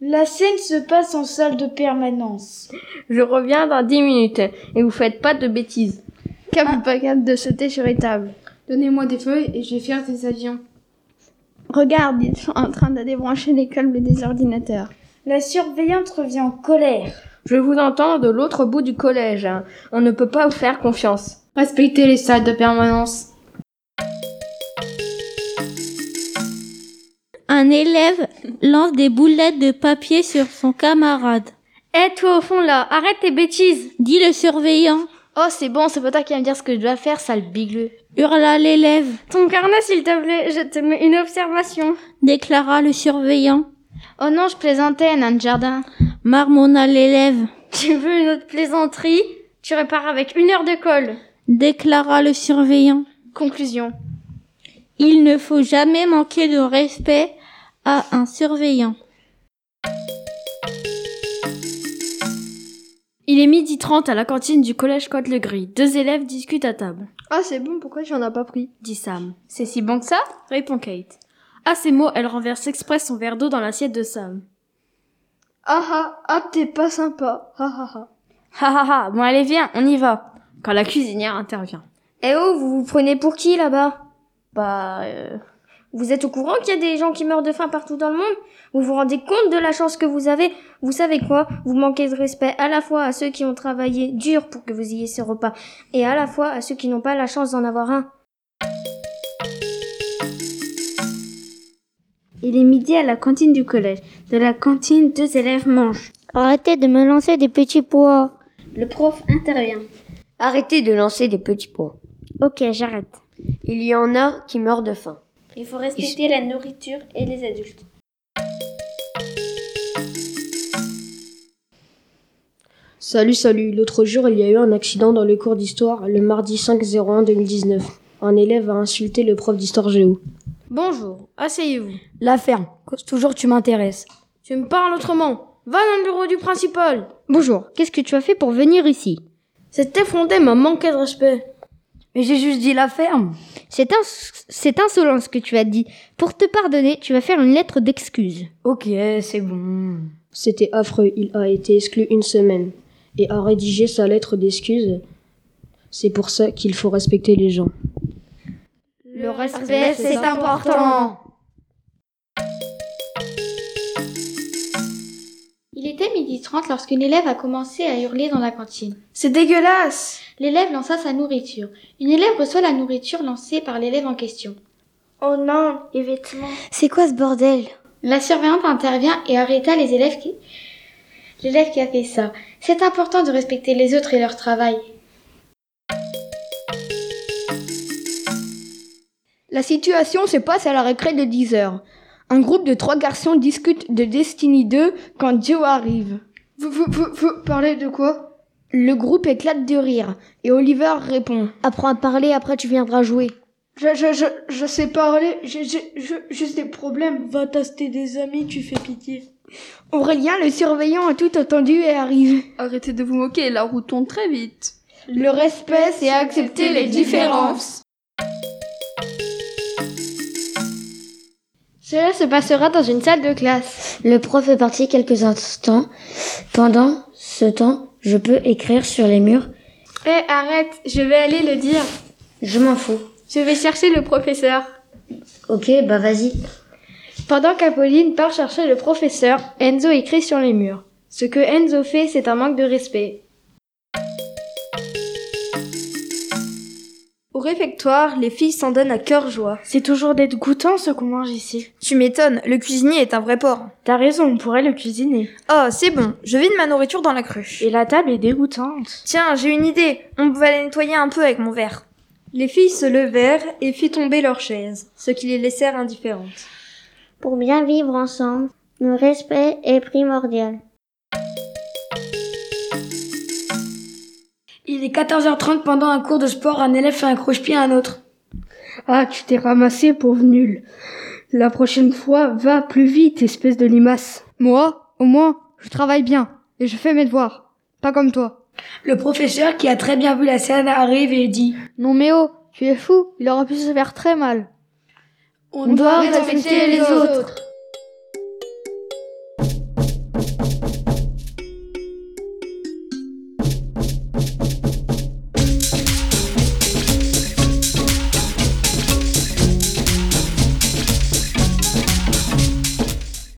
La scène se passe en salle de permanence. Je reviens dans 10 minutes et vous faites pas de bêtises. Cap ou pas cap de sauter sur les tables. Donnez-moi des feuilles et je vais faire des avions. Regarde, ils sont en train de débrancher les câbles des ordinateurs. La surveillante revient en colère. Je vous entends de l'autre bout du collège. hein. On ne peut pas vous faire confiance. Respectez les salles de permanence. Un élève lance des boulettes de papier sur son camarade. Eh toi au fond là, arrête tes bêtises Dit le surveillant. Oh c'est bon, c'est pas toi qui vas me dire ce que je dois faire, sale bigleux. Hurla l'élève, Ton carnet s'il te plaît, je te mets une observation. déclara le surveillant. Oh non, je plaisantais, nain de jardin. Marmonna l'élève, Tu veux une autre plaisanterie Tu repars avec une heure de colle. déclara le surveillant. Conclusion. Il ne faut jamais manquer de respect à un surveillant. Il est midi 30 à la cantine du collège Côte-le-Gris. Deux élèves discutent à table. Ah c'est bon, pourquoi j'en ai pas pris Dit Sam. C'est si bon que ça Répond Kate. À ces mots, elle renverse exprès son verre d'eau dans l'assiette de Sam. Ah ah, ah t'es pas sympa. Ah ah ah. Ha ha ha, bon allez viens, on y va. Quand la cuisinière intervient. Eh oh, vous vous prenez pour qui là-bas Bah... euh, Vous êtes au courant qu'il y a des gens qui meurent de faim partout dans le monde Vous vous rendez compte de la chance que vous avez Vous savez quoi Vous manquez de respect à la fois à ceux qui ont travaillé dur pour que vous ayez ce repas et à la fois à ceux qui n'ont pas la chance d'en avoir un. Il est midi à la cantine du collège. De la cantine, deux élèves mangent. Arrêtez de me lancer des petits pois. Le prof intervient. Arrêtez de lancer des petits pois. Ok, j'arrête. Il y en a qui meurent de faim. Il faut respecter la nourriture et les adultes. Salut, salut. L'autre jour, il y a eu un accident dans le cours d'histoire, le mardi 5-01-2019. Un élève a insulté le prof d'histoire géo. Bonjour, asseyez-vous. La ferme. Toujours tu m'intéresses. Tu me parles autrement. Va dans le bureau du principal. Bonjour, qu'est-ce que tu as fait pour venir ici Cet effronté m'a manqué de respect. Mais j'ai juste dit la ferme. C'est ins- c'est insolent ce que tu as dit. Pour te pardonner, tu vas faire une lettre d'excuse. Ok, c'est bon. C'était affreux. Il a été exclu une semaine et a rédigé sa lettre d'excuse. C'est pour ça qu'il faut respecter les gens. Le respect, c'est important. Il était midi 30 lorsqu'une élève a commencé à hurler dans la cantine. C'est dégueulasse L'élève lança sa nourriture. Une élève reçoit la nourriture lancée par l'élève en question. Oh non, les vêtements. C'est quoi ce bordel La surveillante intervient et arrêta les élèves qui... L'élève qui a fait ça. C'est important de respecter les autres et leur travail. La situation se passe à la récré de 10 heures. Un groupe de trois garçons discute de Destiny 2 quand Joe arrive. Vous, vous, vous, vous parlez de quoi Le groupe éclate de rire et Oliver répond. Apprends à parler, après tu viendras jouer. je, je, je, je sais parler, j'ai j'ai- je- juste des problèmes. Va t'acheter des amis, tu fais pitié. Aurélien, le surveillant, a tout entendu et arrive. Arrêtez de vous moquer, la roue tourne très vite. Le respect, c'est accepter les différences. Cela se passera dans une salle de classe. Le prof est parti quelques instants. Pendant ce temps, je peux écrire sur les murs. Eh, arrête, je vais aller le dire. Je m'en fous. Je vais chercher le professeur. Ok, bah vas-y. Pendant qu'Apolline part chercher le professeur, Enzo écrit sur les murs. Ce que Enzo fait, c'est un manque de respect. Au réfectoire, les filles s'en donnent à cœur joie. C'est toujours dégoûtant ce qu'on mange ici. Tu m'étonnes, le cuisinier est un vrai porc. T'as raison, on pourrait le cuisiner. Oh, c'est bon, je vide ma nourriture dans la cruche. Et la table est dégoûtante. Tiens, j'ai une idée. On va la nettoyer un peu avec mon verre. Les filles se levèrent et fit tomber leurs chaises, ce qui les laissèrent indifférentes. Pour bien vivre ensemble, le respect est primordial. Il est 14h30 pendant un cours de sport, un élève fait un croche-pied à un autre. Ah, tu t'es ramassé, pauvre nul. La prochaine fois, va plus vite, espèce de limace. Moi, au moins, je travaille bien et je fais mes devoirs. Pas comme toi. Le professeur qui a très bien vu la scène arrive et dit Non mais oh, tu es fou, il aurait pu se faire très mal. On, doit respecter les autres.